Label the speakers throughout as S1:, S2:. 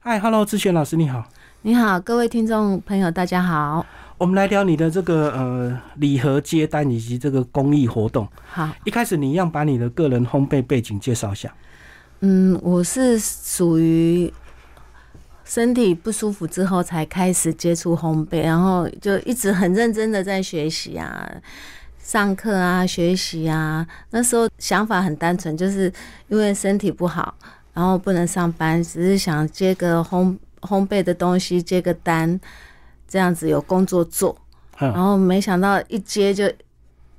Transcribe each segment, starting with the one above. S1: 嗨，Hello，志轩老师你好，
S2: 你好，各位听众朋友，大家好。
S1: 我们来聊你的这个呃礼盒接单以及这个公益活动。
S2: 好，
S1: 一开始你一样把你的个人烘焙背景介绍一下。
S2: 嗯，我是属于身体不舒服之后才开始接触烘焙，然后就一直很认真的在学习啊，上课啊，学习啊。那时候想法很单纯，就是因为身体不好，然后不能上班，只是想接个烘烘焙的东西，接个单，这样子有工作做。然
S1: 嗯，
S2: 后没想到一接就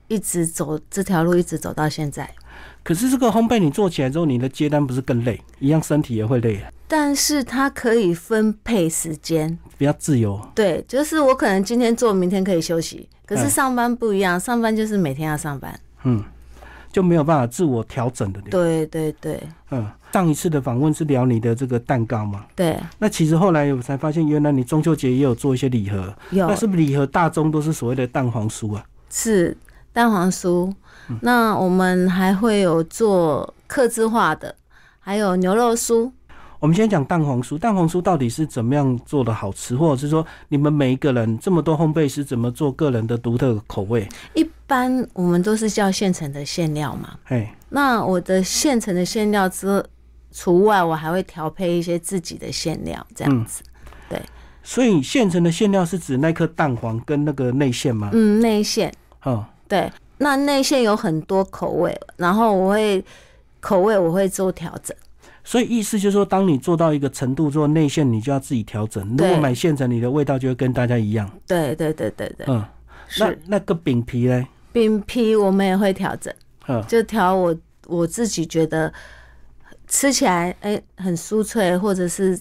S2: 一直走这条路，一直走到现在。
S1: 可是这个烘焙你做起来之后，你的接单不是更累，一样身体也会累，
S2: 但是它可以分配时间，
S1: 比较自由。
S2: 对，就是我可能今天做，明天可以休息。可是
S1: 嗯
S2: 上班不一样，上班就是每天要上班。
S1: 嗯，就没有办法自我调整的。对吧。
S2: 对对对
S1: 嗯，上一次的访问是聊你的这个蛋糕嘛？
S2: 对，
S1: 那其实后来我才发现，原来你中秋节也有做一些礼盒，
S2: 有
S1: 那是不是礼盒大宗都是所谓的蛋黄酥啊？
S2: 是蛋黄酥。
S1: 嗯
S2: 那我们还会有做客制化的，还有牛肉酥。
S1: 我们先讲蛋黄酥，蛋黄酥到底是怎么样做的好吃，或者是说你们每一个人这么多烘焙师怎么做个人的独特口味？
S2: 一般我们都是叫现成的馅料嘛。
S1: 哎，
S2: 那我的现成的馅料之除外，我还会调配一些自己的馅料，这样子。
S1: 嗯所以现成的馅料是指那颗蛋黄跟那个内馅吗？
S2: 嗯，内馅
S1: 哦，
S2: 对，那内馅有很多口味，然后我会口味我会做调整。
S1: 所以意思就是说，当你做到一个程度之后，内馅你就要自己调整。如果
S2: 对
S1: 买现成，你的味道就会跟大家一样。
S2: 对对对对对，
S1: 嗯，那
S2: 是
S1: 那个饼皮嘞？
S2: 饼皮我们也会调整，
S1: 嗯，
S2: 就调我我自己觉得吃起来哎、很酥脆，或者是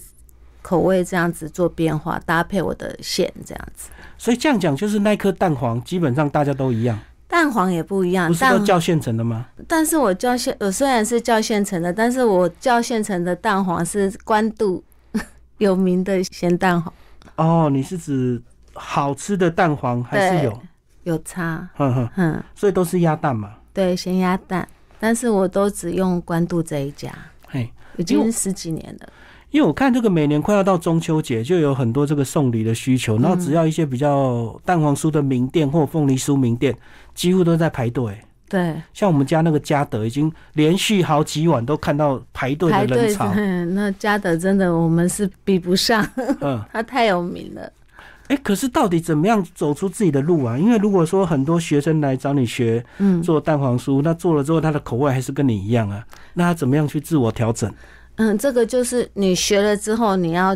S2: 口味这样子做变化，搭配我的馅这样子。
S1: 所以这样讲就是那颗蛋黄基本上大家都一样，
S2: 蛋黄也不一样，
S1: 不是
S2: 啊蛋
S1: 都叫现成的吗？
S2: 但是我叫现，我呃虽然是叫现成的，但是我叫现成的蛋黄是关渡 有名的咸蛋黄，
S1: 哦，你是指好吃的蛋黄还是
S2: 对
S1: 有？
S2: 有差，
S1: 哼哼，
S2: 嗯，
S1: 所以都是鸭蛋嘛。
S2: 对，咸鸭蛋，但是我都只用关渡这一家，
S1: 嘿，
S2: 已
S1: 因为
S2: 经十几年了，
S1: 因为我看这个每年快要到中秋节，就有很多这个送礼的需求，然后只要一些比较蛋黄酥的名店或凤梨酥名店，几乎都在排队。
S2: 对，
S1: 像我们家那个嘉德，已经连续好几晚都看到排队的
S2: 排
S1: 人
S2: 队
S1: 潮。
S2: 是， 那嘉德真的我们是比不上，
S1: 嗯，
S2: 它太有名了，
S1: 哎、可是到底怎么样走出自己的路啊？因为如果说很多学生来找你学
S2: 嗯
S1: 做蛋黄酥，那做了之后他的口味还是跟你一样啊，那他怎么样去自我调整？
S2: 嗯，这个就是你学了之后，你要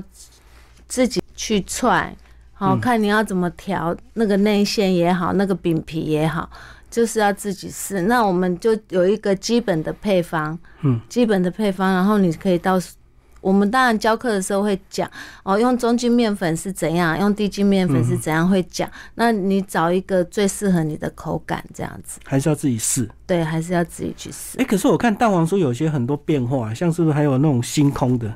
S2: 自己去踹，好、
S1: 嗯
S2: 看你要怎么调那个内馅也好，那个饼皮也好，就是要自己试。那我们就有一个基本的配方，
S1: 嗯，
S2: 基本的配方，然后你可以到我们当然教课的时候会讲哦，用中筋面粉是怎样，用低筋面粉是
S1: 嗯
S2: 怎样会讲。那你找一个最适合你的口感这样子，
S1: 还是要自己试？
S2: 对，还是要自己去试
S1: 哎、。可是我看蛋黄酥有些很多变化，像是不是还有那种星空的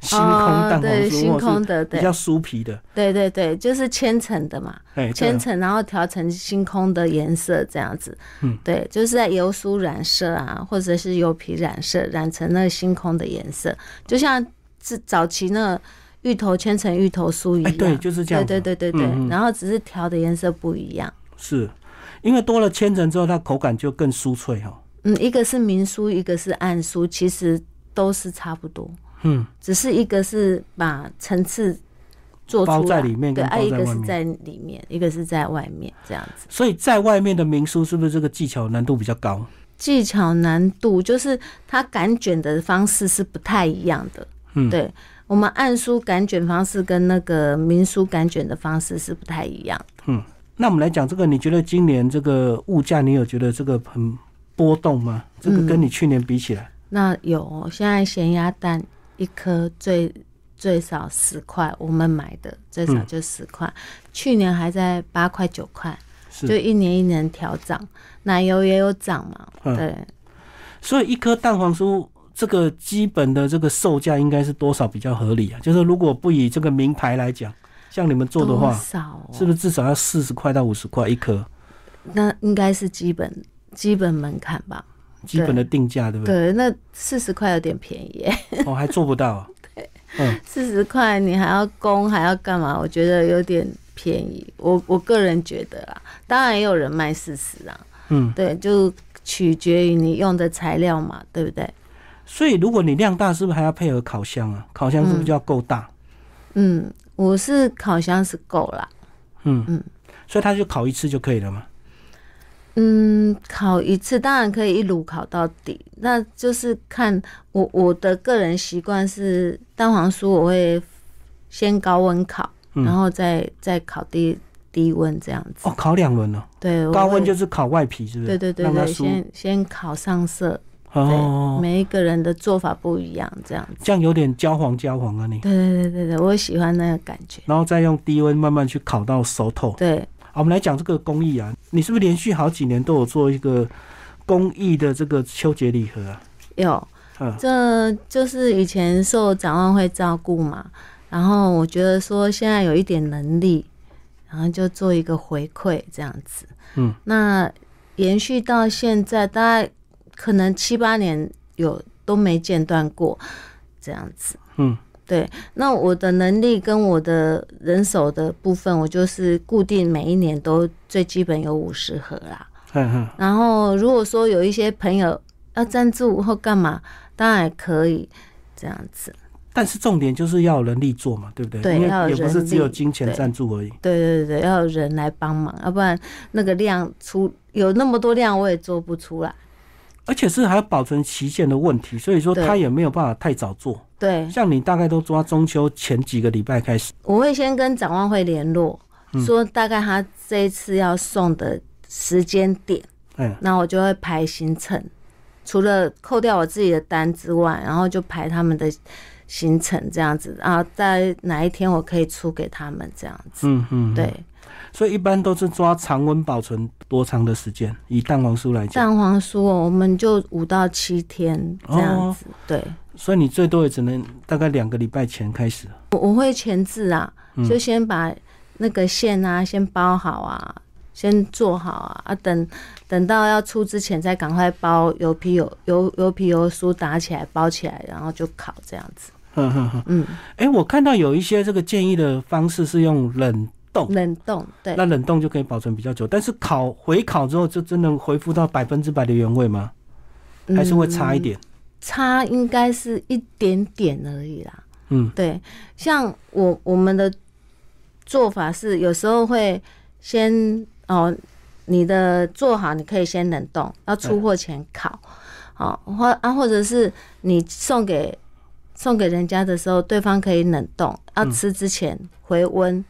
S1: 星空蛋
S2: 哦、
S1: 黄
S2: 对，
S1: 酥，
S2: 星
S1: 或
S2: 空
S1: 是
S2: 的，
S1: 比
S2: 对
S1: 较酥皮的？
S2: 对对对，就是千层的嘛，
S1: 哎、对啊
S2: 千层然后调成星空的颜色这样子。
S1: 嗯，
S2: 对，就是在油酥染色啊，或者是油皮染色，啊染成那个星空的颜色，就像是早期那个芋头千层芋头酥一
S1: 哎、
S2: 样。
S1: 对，就是这样
S2: 对
S1: 子。
S2: 对对对对，
S1: 嗯嗯
S2: 然后只是调的颜色不一样。
S1: 是因为多了千层之后，它口感就更酥脆哈、哦。
S2: 嗯，一个是明酥，一个是暗酥，其实都是差不多，
S1: 嗯，
S2: 只是一个是把层次做出来，
S1: 包在里面
S2: 对，
S1: 跟
S2: 啊，
S1: 包
S2: 一
S1: 在
S2: 个
S1: 外
S2: 是
S1: 面，
S2: 在里面，一个是在外面，这样子。
S1: 所以在外面的民宿是不是这个技巧难度比较高？
S2: 技巧难度，就是它擀卷的方式是不太一样的。
S1: 嗯
S2: 对我们按书擀卷方式跟那个民书擀卷的方式是不太一样。
S1: 那我们来讲这个，你觉得今年这个物价，你有觉得这个很波动吗？这个
S2: 嗯
S1: 跟你去年比起来，，
S2: 那有哦现在咸鸭蛋一颗最最少十块，我们买的最少就十块，去年还在八块九块，就是一年一年调涨。奶油也有涨嘛，
S1: 嗯
S2: 对，
S1: 所以一颗蛋黄酥这个基本的这个售价应该是多少比较合理啊？就是如果不以这个名牌来讲，像你们做的
S2: 多
S1: 话，
S2: 少、哦、
S1: 是不是至少要四十块到五十块一颗
S2: 那应该是基本基本门槛吧？
S1: 基本的定价，对不对？
S2: 对，那四十块有点便宜耶。
S1: 哦，还做不到、啊。嗯，
S2: 四十块你还要工还要干嘛？我觉得有点便宜，我我个人觉得啦。当然也有人卖四十啊，
S1: 嗯，
S2: 对，就取决于你用的材料嘛，对不对？
S1: 所以如果你量大，是不是还要配合烤箱啊？烤箱是不是就要够大？
S2: 嗯，我是烤箱是够啦，
S1: 嗯
S2: 嗯，
S1: 所以它就烤一次就可以了嘛。
S2: 嗯，烤一次当然可以一炉烤到底，那就是看我我的个人习惯是蛋黄酥我会先高温烤，
S1: 嗯
S2: 然后再再烤低低温这样子。
S1: 哦，烤两轮哦，
S2: 对，我
S1: 高温
S2: 会
S1: 就是烤外皮，是不是？
S2: 对对对
S1: 让它
S2: 对，
S1: 酥。
S2: 先先烤上色，对，
S1: 哦，
S2: 每一个人的做法不一样，这样子。
S1: 这样有点焦黄焦黄啊你，
S2: 对对对对对，我喜欢那个感觉。
S1: 然后再用低温慢慢去烤到熟透。啊
S2: 对，
S1: 好，我们来讲这个工艺啊，你是不是连续好几年都有做一个工艺的这个秋节礼盒啊？
S2: 有
S1: 嗯，
S2: 这就是以前受展望会照顾嘛，然后我觉得说现在有一点能力，然后就做一个回馈这样子。
S1: 嗯，
S2: 那延续到现在，大概可能七八年有都没间断过这样子。
S1: 嗯，
S2: 对。那我的能力跟我的人手的部分，我就是固定每一年都最基本有五十盒啦。
S1: 嗯嗯，
S2: 然后如果说有一些朋友要赞助或干嘛，当然也可以这样子。
S1: 但是重点就是要有人力做嘛，对不对？
S2: 对
S1: 因
S2: 要
S1: 为
S2: 有
S1: 也不是
S2: 人
S1: 只有
S2: 力
S1: 金钱
S2: 对
S1: 赞助而已。
S2: 对对对，要有人来帮忙，要不然那个量出有那么多量，我也做不出来。
S1: 而且是还有保存期限的问题，所以说
S2: 对
S1: 他也没有办法太早做。
S2: 对，
S1: 像你大概都抓中秋前几个礼拜开始，
S2: 我会先跟展望会联络，说大概他这一次要送的时间点，
S1: 嗯，
S2: 那我就会排行程。除了扣掉我自己的单之外，然后就排他们的行程这样子，然后在哪一天我可以出给他们这样子。
S1: 嗯嗯，
S2: 对，
S1: 所以一般都是抓常温保存多长的时间？以蛋黄酥来讲，
S2: 蛋黄酥哦，我们就五到七天这样子。对，
S1: 所以你最多也只能大概两个礼拜前开始。
S2: 我我会前置啊，就先把那个馅啊先包好啊，先做好啊，啊等等到要出之前再赶快包油皮油油油皮油酥打起来包起来，然后就烤这样子。
S1: 嗯嗯嗯。
S2: 嗯，
S1: 哎、我看到有一些这个建议的方式是用冷冻，
S2: 冷冻对
S1: 那冷冻就可以保存比较久，但是烤回烤之后就真的恢复到百分之百的原味吗？还是会差一点？
S2: 差应该是一点点而已啦。
S1: 嗯
S2: 对，像我我们的做法是，有时候会先哦，你的做好你可以先冷冻，要出货前烤，好、或啊，或者是你送给送给人家的时候，对方可以冷冻，要吃之前回温。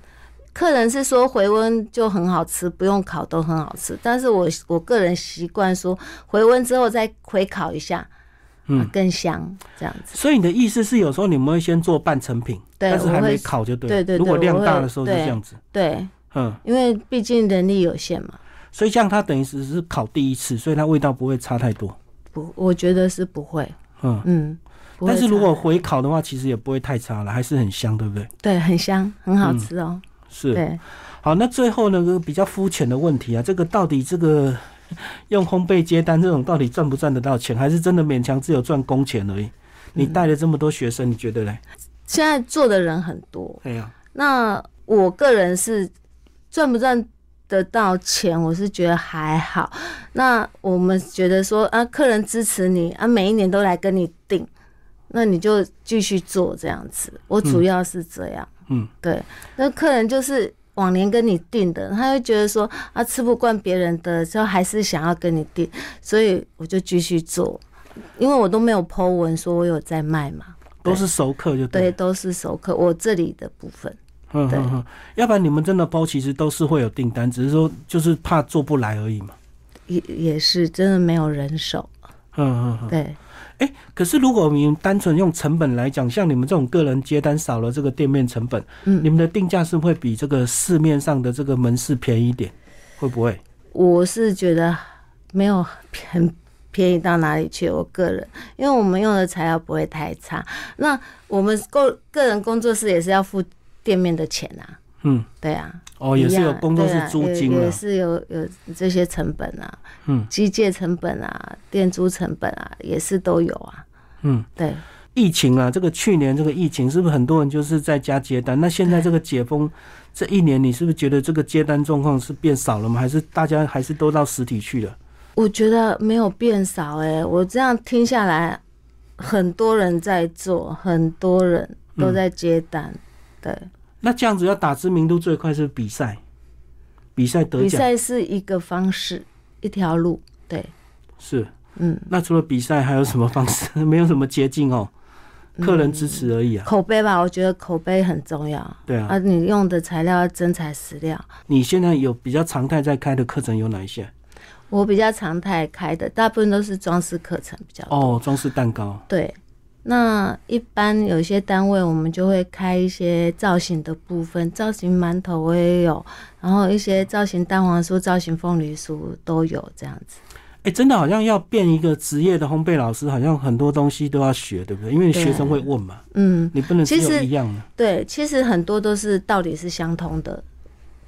S2: 客人是说回温就很好吃，不用烤都很好吃。但是我我个人习惯说回温之后再回烤一下，
S1: 嗯
S2: 啊更香这样子。
S1: 所以你的意思是，有时候你们会先做半成品，
S2: 对
S1: 但是还
S2: 我
S1: 没
S2: 会
S1: 烤就对了。
S2: 对对对
S1: 如果量大
S2: 我
S1: 的
S2: 会
S1: 时候就
S2: 对
S1: 这样子，
S2: 对，
S1: 嗯，
S2: 因为毕竟人力有限嘛，
S1: 所以这样它等于只是烤第一次，所以它味道不会差太多，
S2: 不，我觉得是不会，
S1: 嗯。
S2: 嗯。不会
S1: 但是如
S2: 差
S1: 果回烤的话，其实也不会太差了，还是很香，对不对？
S2: 对很香，很好吃哦。
S1: 嗯是。
S2: 对，
S1: 好，那最后呢，比较肤浅的问题啊，这个到底这个 用烘焙接单这种到底赚不赚得到钱，还是真的勉强只有赚工钱而已？你
S2: 嗯
S1: 带了这么多学生，你觉得嘞？
S2: 现在做的人很多，
S1: 哎呀，
S2: 那我个人是赚不赚得到钱，我是觉得还好。那我们觉得说啊，客人支持你啊，每一年都来跟你订，那你就继续做这样子。我主要是这样。
S1: 嗯，
S2: 对，那客人就是往年跟你订的，他就觉得说啊吃不惯别人的，就还是想要跟你订，所以我就继续做，因为我都没有 Po 文说我有在卖嘛，
S1: 都是熟客就对
S2: 对，
S1: 了。
S2: 都是熟客，我这里的部分，
S1: 嗯
S2: 对
S1: 嗯嗯，要不然你们真的包其实都是会有订单，只是说就是怕做不来而已嘛。
S2: 也也是真的没有人手，
S1: 嗯嗯嗯。
S2: 对，
S1: 哎、可是如果我们单纯用成本来讲，像你们这种个人接单少了这个店面成本，
S2: 嗯
S1: 你们的定价是会比这个市面上的这个门市便宜一点，会不会？
S2: 我是觉得没有 很便宜到哪里去，我个人，因为我们用的材料不会太差，那我们个个人工作室也是要付店面的钱啊，
S1: 嗯，
S2: 对啊。
S1: 哦，也是有工作室租金啊
S2: 了，也
S1: 了、
S2: 也是有有这些成本啊，
S1: 嗯
S2: 机械成本啊，店租成本啊，也是都有啊，
S1: 嗯，
S2: 对，
S1: 疫情啊，这个去年这个疫情是不是很多人就是在家接单？那现在这个解封这一年，你是不是觉得这个接单状况是变少了吗？还是大家还是都到实体去了？
S2: 我觉得没有变少哎、我这样听下来，很多人在做，很多人都在接单，
S1: 嗯
S2: 对，
S1: 那这样子要打知名度最快是不是比赛，比赛得
S2: 比
S1: 奖
S2: 赛是一个方式，一条路，对，
S1: 是。
S2: 嗯，
S1: 那除了比赛还有什么方式？ 没有什么捷径哦，客人支持而已啊。
S2: 口碑吧，我觉得口碑很重要
S1: 对啊，
S2: 啊，你用的材料要真材实料。
S1: 你现在有比较常态在开的课程有哪一些？
S2: 我比较常态开的，大部分都是装饰课程比较多。
S1: 哦，装饰蛋糕，
S2: 对，那一般有些单位我们就会开一些造型的部分，造型馒头我也有，然后一些造型蛋黄酥、造型凤梨酥都有这样子。
S1: 哎、真的好像要变一个职业的烘焙老师，好像很多东西都要学，对不对？因为
S2: 对
S1: 学生会问嘛，
S2: 嗯，
S1: 你不能只
S2: 其
S1: 有
S2: 实
S1: 一样的。
S2: 对，其实很多都是道理是相通的。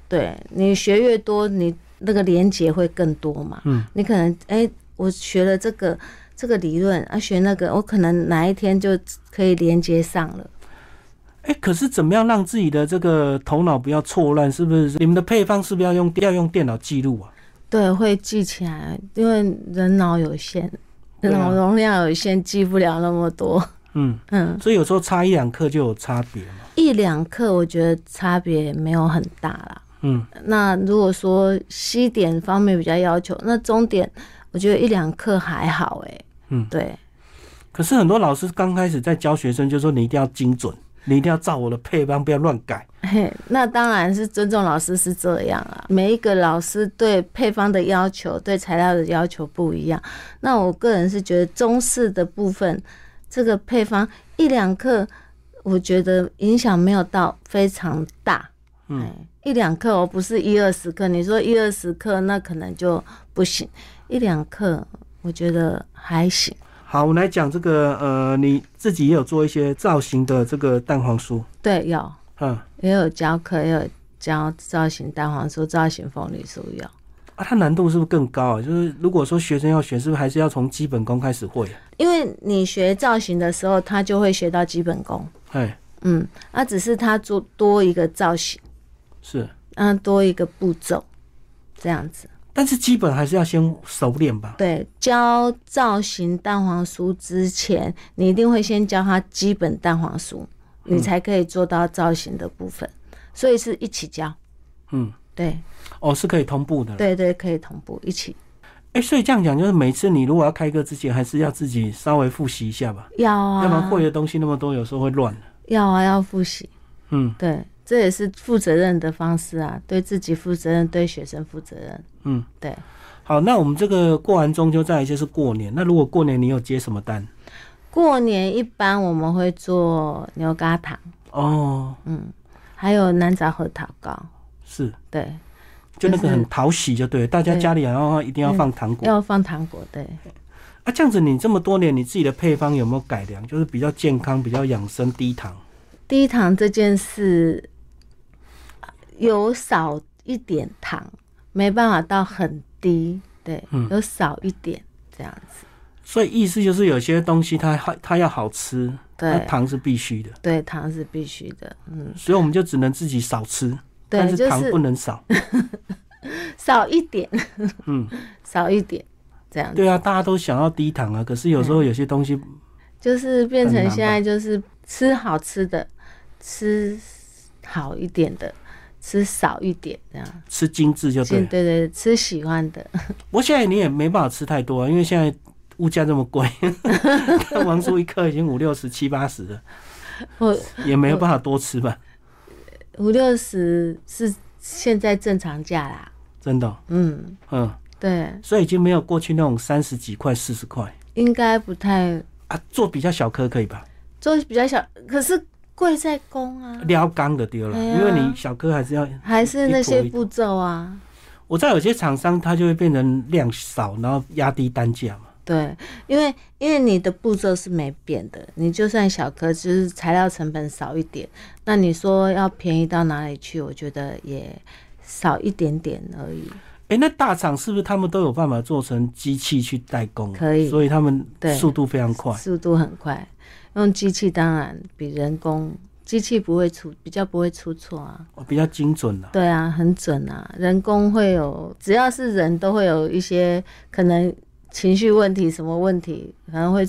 S2: 对你学越多，你那个连结会更多嘛。
S1: 嗯，
S2: 你可能哎、我学了这个这个理论啊，学那个，我可能哪一天就可以连接上了。
S1: 哎、可是怎么样让自己的这个头脑不要错乱？是不是你们的配方是不是要用要用电脑记录啊？
S2: 对，会记起来，因为人脑有限，
S1: 对啊
S2: 脑容量有限，记不了那么多。
S1: 嗯，
S2: 嗯，
S1: 所以有时候差一两课就有差别嘛。
S2: 一两克我觉得差别没有很大啦。
S1: 嗯，
S2: 那如果说西点方面比较要求，那中点我觉得一两克还好哎、
S1: 嗯
S2: 对，
S1: 可是很多老师刚开始在教学生，就说你一定要精准，你一定要照我的配方，不要乱改。
S2: 嘿，那当然是尊重老师是这样啊。每一个老师对配方的要求、对材料的要求不一样。那我个人是觉得中式的部分，这个配方一两克，我觉得影响没有到非常大。
S1: 嗯
S2: 哎，一两克哦，不是一二十克。你说一二十克，那可能就不行。一两克，我觉得还行。
S1: 好，我们来讲这个呃，你自己也有做一些造型的这个蛋黄酥，
S2: 对，有
S1: 嗯，
S2: 也有教课，也有教造型蛋黄酥、造型凤梨酥有。
S1: 啊，它难度是不是更高啊？就是如果说学生要学，是不是还是要从基本功开始会啊？
S2: 因为你学造型的时候，他就会学到基本功，
S1: 哎，
S2: 嗯，那、只是他做多一个造型，
S1: 是，
S2: 嗯、多一个步骤，这样子。
S1: 但是基本还是要先熟练吧。
S2: 对，教造型蛋黄酥之前，你一定会先教他基本蛋黄酥，你
S1: 嗯
S2: 才可以做到造型的部分，所以是一起教。
S1: 嗯，
S2: 对
S1: 哦，是可以同步的啦。
S2: 对对，可以同步一起。
S1: 哎、所以这样讲，就是每次你如果要开课之前，还是要自己稍微复习一下吧，
S2: 要啊，
S1: 要不然会的东西那么多，有时候会乱。
S2: 要啊，要复习。
S1: 嗯
S2: 对，这也是负责任的方式啊，对自己负责任，对学生负责任。
S1: 嗯，
S2: 对。
S1: 好，那我们这个过完中秋，再来就是过年。那如果过年你有接什么单？
S2: 过年一般我们会做牛轧糖，
S1: 哦，
S2: 还有南枣核桃糕，
S1: 是，
S2: 对，
S1: 就那个
S2: 就是
S1: 很讨喜，就对了，大家
S2: 对
S1: 家里然后一定要放糖果。
S2: 要放糖果，对。
S1: 啊，这样子你这么多年，你自己的配方有没有改良？就是比较健康、比较养生、低糖。
S2: 低糖这件事呃有少一点糖，没办法到很低，对，
S1: 嗯
S2: 有少一点这样子，
S1: 所以意思就是有些东西它它它要好吃，那
S2: 对
S1: 糖是必须的，
S2: 对，糖是必须的，嗯，
S1: 所以我们就只能自己少吃，但
S2: 对，
S1: 是
S2: 就
S1: 糖
S2: 是
S1: 不能少。
S2: 少一点，
S1: 嗯，
S2: 少一点，这样子，
S1: 对啊，大家都想要低糖啊，可是有时候有些东西，
S2: 就是变
S1: 很
S2: 成
S1: 难
S2: 现在就是吃好吃的，吃好一点的，吃少一点这样。
S1: 吃精致哦就对
S2: 对
S1: 了。
S2: 对对，吃喜欢的，
S1: 不过现在你也没办法吃太多啊，因为现在物价这么 贵，蛋黄酥一颗已经五六十、七八十了，
S2: 我
S1: 也没有办法多吃吧？
S2: 五六十是现在正常价啦。
S1: 真的哦、
S2: 嗯，
S1: 嗯，
S2: 对，
S1: 所以已经没有过去那种三十几块、四十块
S2: 应该不太
S1: 啊，做比较小颗可以吧？
S2: 做比较小，可是贵在工啊，
S1: 撩缸的丢了，
S2: 哎呀
S1: 因为你小颗还是要。
S2: 还是那
S1: 一坨
S2: 些
S1: 一坨
S2: 步骤啊。
S1: 我知道有些厂商它就会变成量少，然后压低单价嘛。
S2: 对，因为因为你的步骤是没变的，你就算小颗，就是材料成本少一点，那你说要便宜到哪里去？我觉得也少一点点而已。
S1: 哎、哎、那大厂是不是他们都有办法做成机器去代工？
S2: 可以
S1: 所以他们
S2: 对
S1: 速度非常快。
S2: 速度很快。用机器当然比人工，机器不会出，比较不会出错啊。
S1: 哦比较精准了、
S2: 对啊，很准啊。人工会有，只要是人都会有一些可能情绪问题、什么问题，可能会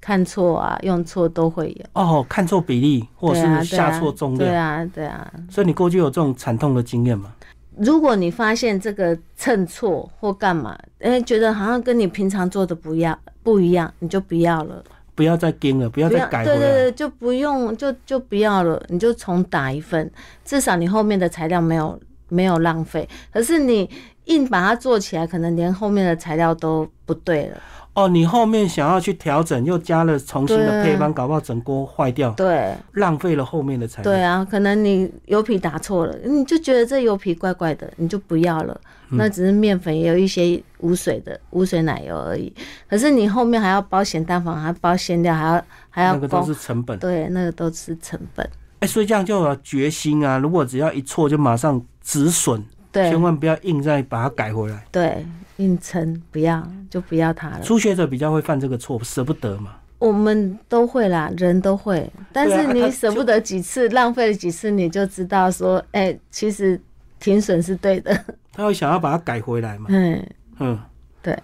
S2: 看错啊、用错都会有。
S1: 哦，看错比例或
S2: 对
S1: 者
S2: 啊，
S1: 是下错重
S2: 对
S1: 量，
S2: 啊，对啊。对啊
S1: 所以你过去有这种惨痛的经验嘛？
S2: 如果你发现这个称错或干嘛，哎，觉得好像跟你平常做的不一样，不一样，你就不要了。
S1: 不要再跟了，不要
S2: 不
S1: 再
S2: 要，
S1: 改回
S2: 对
S1: 来。
S2: 对对，就不用，就就不要了，你就重打一份，至少你后面的材料没有没有浪费。可是你硬把它做起来，可能连后面的材料都不对了。
S1: 哦，你后面想要去调整，又加了重新的
S2: 对啊
S1: 配方，搞不好整锅坏掉，
S2: 对
S1: 浪费了后面的材料。
S2: 对啊，可能你油皮打错了，你就觉得这油皮怪怪的，你就不要了。
S1: 嗯
S2: 那只是面粉也有一些无水的无水奶油而已。可是你后面还要包咸蛋黄，还要包馅料，还要还要
S1: 那个都
S2: 包，
S1: 是成本。
S2: 对，那个都是成本。
S1: 哎、所以这样就有决心啊！如果只要一错，就马上止损，
S2: 对
S1: 千万不要硬再把它改回来。
S2: 对，硬撑不要就不要它了。
S1: 初学者比较会犯这个错，舍不得嘛。
S2: 我们都会啦，人都会，但
S1: 对啊
S2: 是
S1: 啊他
S2: 你舍
S1: 就
S2: 不得几次，浪费了几次，你就知道说，哎、其实停损是对的。
S1: 他会想要把它改回来嘛。
S2: 嗯，
S1: 嗯，
S2: 对。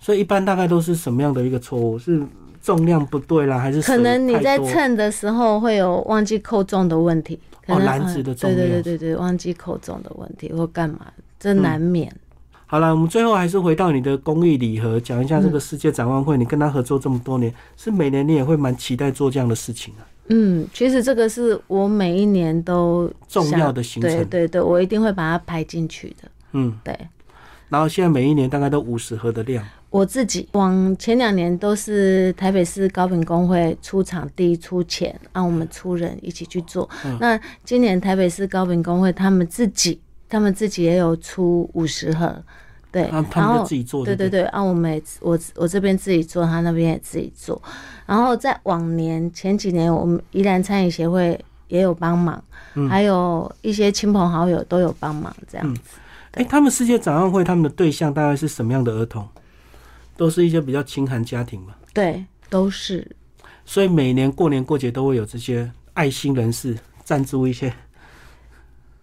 S1: 所以一般大概都是什么样的一个错误？是重量不对啦，还是
S2: 可能你
S1: 水太
S2: 在
S1: 多
S2: 称的时候会有忘记扣重的问题，可
S1: 哦
S2: 能、嗯
S1: 篮子的重量嗯
S2: 对对对对对，忘记扣重的问题或干嘛，这难免。
S1: 好了，我们最后还是回到你的公益礼盒，讲一下这个世界展望会。你跟他合作这么多年，是每年你也会蛮期待做这样的事情啊，
S2: 嗯其实这个是我每一年都
S1: 重
S2: 想
S1: 要的行
S2: 啊对
S1: 程。
S2: 对对，我一定会把它排进去的。
S1: 嗯，
S2: 对，
S1: 然后现在每一年大概都五十盒的量，
S2: 我自己往前两年都是台北市高品工会出场地、出钱，让我们出人一起去做。
S1: 嗯
S2: 那今年台北市高品工会他们自己，他们自己也有出五十盒，对，
S1: 他
S2: 然
S1: 他们
S2: 后
S1: 就自己做
S2: 对对
S1: 对
S2: 对，啊，我们也我我这边自己做，他那边也自己做。然后在往年前几年，我们宜兰餐饮协会也有帮忙，
S1: 嗯
S2: 还有一些亲朋好友都有帮忙，这样。
S1: 哎、他们世界展望会他们的对象大概是什么样的儿童？都是一些比较清寒家庭嘛，
S2: 对，都是
S1: 所以每年过年过节都会有这些爱心人士赞助一些。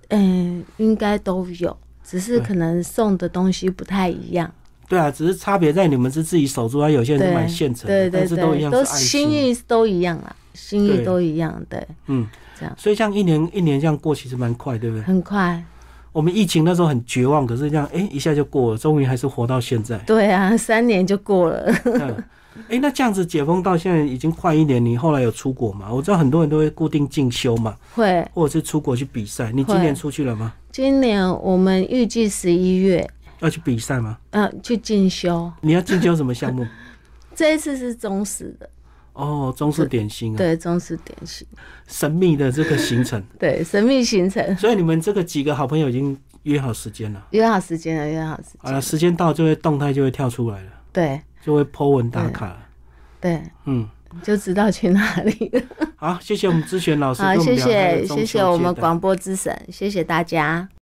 S2: 嗯，应该都有，只是
S1: 对
S2: 可能送的东西不太一样。
S1: 对啊，只是差别在你们是自己手做，啊，有些人是
S2: 对
S1: 买现成的，
S2: 对
S1: 但
S2: 对
S1: 是都一
S2: 对，
S1: 样是爱心。
S2: 心意都一样啦，心
S1: 对
S2: 意都一样，对，
S1: 嗯，
S2: 这样
S1: 所以这样一年一年这样过，其实蛮快，对 不对？
S2: 很快。。
S1: 我们疫情那时候很绝望，可是这样哎、诶一下就过了，终于还是活到现在
S2: 对啊，三年就过了。
S1: 嗯，哎、那这样子解封到现在已经快一年，你后来有出国吗？我知道很多人都会固定进修嘛，
S2: 会，
S1: 或者是出国去比赛。你今
S2: 会
S1: 年出去了吗？
S2: 今年我们预计十一月，
S1: 要去比赛吗？
S2: 嗯、去进修。
S1: 你要进修什么 项目？
S2: 这一次是中式的，
S1: 哦，中式点心啊，
S2: 对，中式点心，
S1: 神秘的这个行程。
S2: 对，神秘行程，
S1: 所以你们这个几个好朋友已经约好时间了。
S2: 约好时间了，约好时
S1: 好
S2: 间，
S1: 了，时间到就会动态就会跳出来了，
S2: 对
S1: 就会 Po 文打卡了。
S2: 对，
S1: 嗯，
S2: 就知道去哪里了。
S1: 好，谢谢我们知璇老师跟
S2: 好，
S1: 我们聊
S2: 谢
S1: 他的
S2: 谢
S1: 中秋
S2: 谢谢我
S1: 接
S2: 们
S1: 待
S2: 广播之神，谢谢大家。